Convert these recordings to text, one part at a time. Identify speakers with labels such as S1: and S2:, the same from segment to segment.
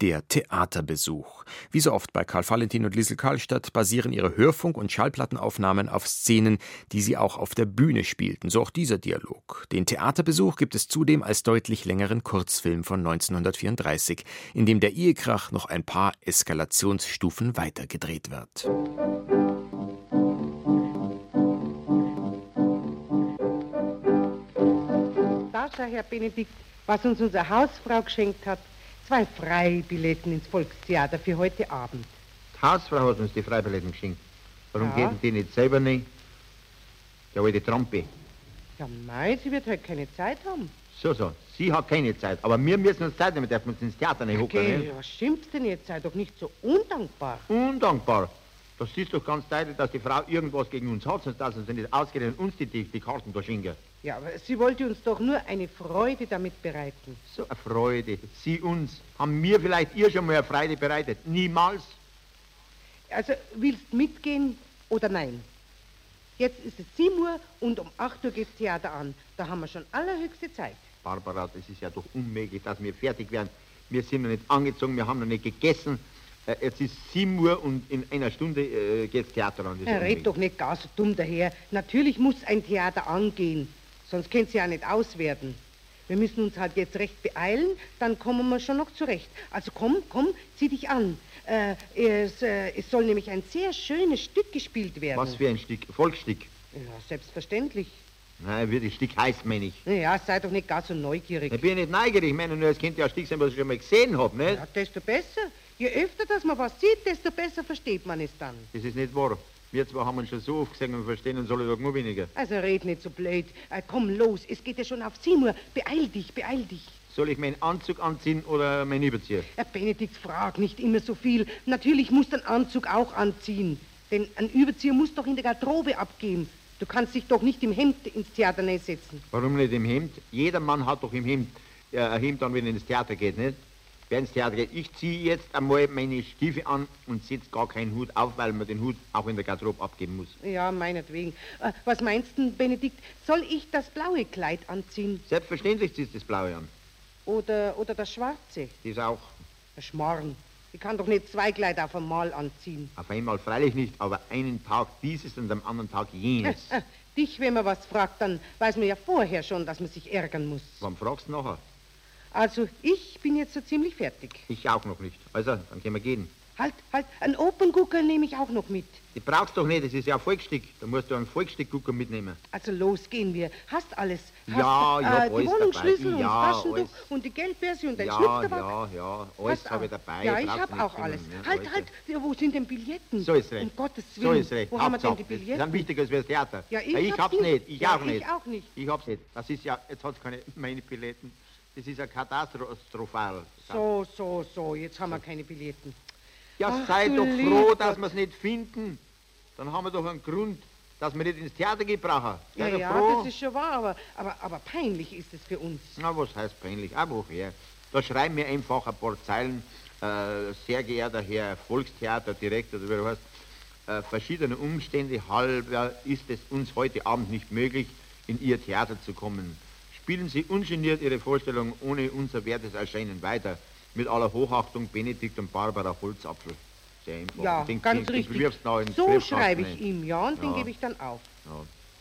S1: der Theaterbesuch. Wie so oft bei Karl Valentin und Liesel Karlstadt basieren ihre Hörfunk- und Schallplattenaufnahmen auf Szenen, die sie auch auf der Bühne spielten, so auch dieser Dialog. Den Theaterbesuch gibt es zudem als deutlich längeren Kurzfilm von 1934, in dem der Ehekrach noch ein paar Eskalationsstufen weitergedreht wird.
S2: Sascha, Herr Benedikt, was uns unsere Hausfrau geschenkt hat, zwei Freibilletten ins Volkstheater für heute Abend.
S3: Die Hausfrau hat uns die Freibilletten geschenkt. Warum
S2: Ja.
S3: geben die nicht selber nicht? Der alte Trampe.
S2: Ja, mei, sie wird heute keine Zeit haben.
S3: So, so. Sie hat keine Zeit. Aber wir müssen uns Zeit nehmen, dürfen uns ins Theater nicht hocken.
S2: Geh,
S3: ne?
S2: was schimpfst denn jetzt? Sei doch nicht so undankbar.
S3: Undankbar. Das ist doch ganz deutlich, dass die Frau irgendwas gegen uns hat, sonst dass uns nicht ausgerechnet uns die, die, die Karten da schenken.
S2: Ja, aber sie wollte uns doch nur eine Freude damit bereiten.
S3: So eine Freude. Sie uns. Haben wir vielleicht ihr schon mal eine Freude bereitet? Niemals.
S2: Also, willst mitgehen oder nein? Jetzt ist es 7 Uhr und um 8 Uhr geht's Theater an. Da haben wir schon allerhöchste Zeit.
S3: Barbara, das ist ja doch unmöglich, dass wir fertig werden. Wir sind noch nicht angezogen, wir haben noch nicht gegessen. Äh, jetzt ist 7 Uhr und in einer Stunde äh, geht's Theater an. Das ist
S2: Ja, red
S3: unmöglich.
S2: doch nicht gar so dumm daher. Natürlich muss ein Theater angehen, sonst könnt sie ja nicht auswerten. Wir müssen uns halt jetzt recht beeilen, dann kommen wir schon noch zurecht. Also komm, komm, zieh dich an. Äh, es, äh, es soll nämlich ein sehr schönes Stück gespielt werden.
S3: Was für ein Stück? Volksstück?
S2: Ja, selbstverständlich.
S3: Nein, wie das Stück heißt, meine ich.
S2: Naja, sei doch nicht gar so neugierig.
S3: Ich bin ja nicht neugierig, ich meine nur, es könnte ja ein Stück sein, was ich schon mal gesehen habe, ne?
S2: Ja, desto besser. Je öfter, dass man was sieht, desto besser versteht man es dann.
S3: Das ist nicht wahr. Wir zwei haben uns schon so oft gesehen und verstehen uns alle Tag nur weniger.
S2: Also red nicht so blöd. Äh, komm los, es geht ja schon auf 7 Uhr. Beeil dich, beeil dich.
S3: Soll ich meinen Anzug anziehen oder meinen Überzieher?
S2: Herr Benedikt, frag nicht immer so viel. Natürlich muss dein Anzug auch anziehen. Denn ein Überzieher muss doch in der Garderobe abgehen. Du kannst dich doch nicht im Hemd ins Theater setzen.
S3: Warum nicht im Hemd? Jeder Mann hat doch im Hemd äh, ein Hemd an, wenn er ins Theater geht, nicht? Wer ins Theater geht. Ich ziehe jetzt einmal meine Stiefel an und setze gar keinen Hut auf, weil man den Hut auch in der Garderobe abgeben muss.
S2: Ja, meinetwegen. Äh, was meinst du, Benedikt? Soll ich das blaue Kleid anziehen?
S3: Selbstverständlich zieht das Blaue an.
S2: Oder, oder das schwarze?
S3: Das auch.
S2: Der Schmarrn. Ich kann doch nicht zwei Kleider auf einmal anziehen.
S3: Auf einmal freilich nicht, aber einen Tag dieses und am anderen Tag jenes.
S2: Äh, dich, wenn man was fragt, dann weiß man ja vorher schon, dass man sich ärgern muss.
S3: Wann fragst du nachher?
S2: Also, ich bin jetzt so ziemlich fertig.
S3: Ich auch noch nicht. Also, dann können wir gehen.
S2: Halt, halt, ein Open Gucker nehme ich auch noch mit.
S3: Die brauchst du doch nicht, das ist ja ein Volksstück. Da musst du einen Volksstückgucker mitnehmen.
S2: Also los, gehen wir. Hast alles. Hast,
S3: Ja, ich hab
S2: äh, Die
S3: alles
S2: Wohnungsschlüssel
S3: dabei.
S2: und
S3: Ja,
S2: das Taschentuch
S3: alles.
S2: und die Geldbörse und ein
S3: Ja,
S2: Schnupftabak.
S3: ja, ja. Alles
S2: Hast
S3: habe ich
S2: auch.
S3: dabei.
S2: Ja, ich
S3: Brauchst du
S2: habe
S3: nicht
S2: auch
S3: kümmern,
S2: alles.
S3: ne?
S2: Halt,
S3: Alles.
S2: halt, ja, wo sind denn Billetten?
S3: So ist recht.
S2: Um Gottes Willen.
S3: So ist recht.
S2: Wo haben wir denn die
S3: Hauptsache,
S2: Billetten?
S3: Das ist wichtiger als das Theater.
S2: Ja, ich
S3: Weil
S2: hab's
S3: hab's
S2: nicht.
S3: nicht. Ich
S2: Ja,
S3: auch nicht.
S2: ich auch nicht.
S3: Ich hab's nicht. Das ist ja, jetzt hat's keine, meine Billetten. Das ist ja katastrophal.
S2: So, so, so, jetzt haben wir keine Billetten.
S3: Ja,
S2: Ach,
S3: sei
S2: du
S3: doch froh,
S2: lieber
S3: dass wir's nicht finden. Dann haben wir doch einen Grund, dass wir nicht ins Theater gehen brauchen. Sei
S2: Ja,
S3: doch
S2: ja,
S3: froh.
S2: das ist schon wahr, aber, aber, aber peinlich ist es für uns.
S3: Na, was heißt peinlich? Auch woher? Da schreiben wir einfach ein paar Zeilen. Äh, sehr geehrter Herr Volkstheaterdirektor, oder wie du heißt, äh, verschiedene Umstände halber ist es uns heute Abend nicht möglich, in Ihr Theater zu kommen. Spielen Sie ungeniert Ihre Vorstellung ohne unser wertes Erscheinen weiter. Mit aller Hochachtung Benedikt und Barbara Holzapfel. Sehr einfach.
S2: Ja,
S3: Den-
S2: ganz
S3: den- den
S2: richtig.
S3: wirfst du noch in den
S2: So
S3: Briefkasten
S2: schreibe
S3: rein.
S2: ich ihm, ja, und den
S3: Ja.
S2: gebe ich dann auf.
S3: Ja.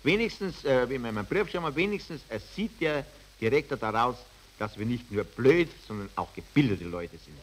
S3: Wenigstens, äh, wenn man meinen Brief schauen, wenigstens äh, sieht der Direktor daraus, dass wir nicht nur blöd, sondern auch gebildete Leute sind.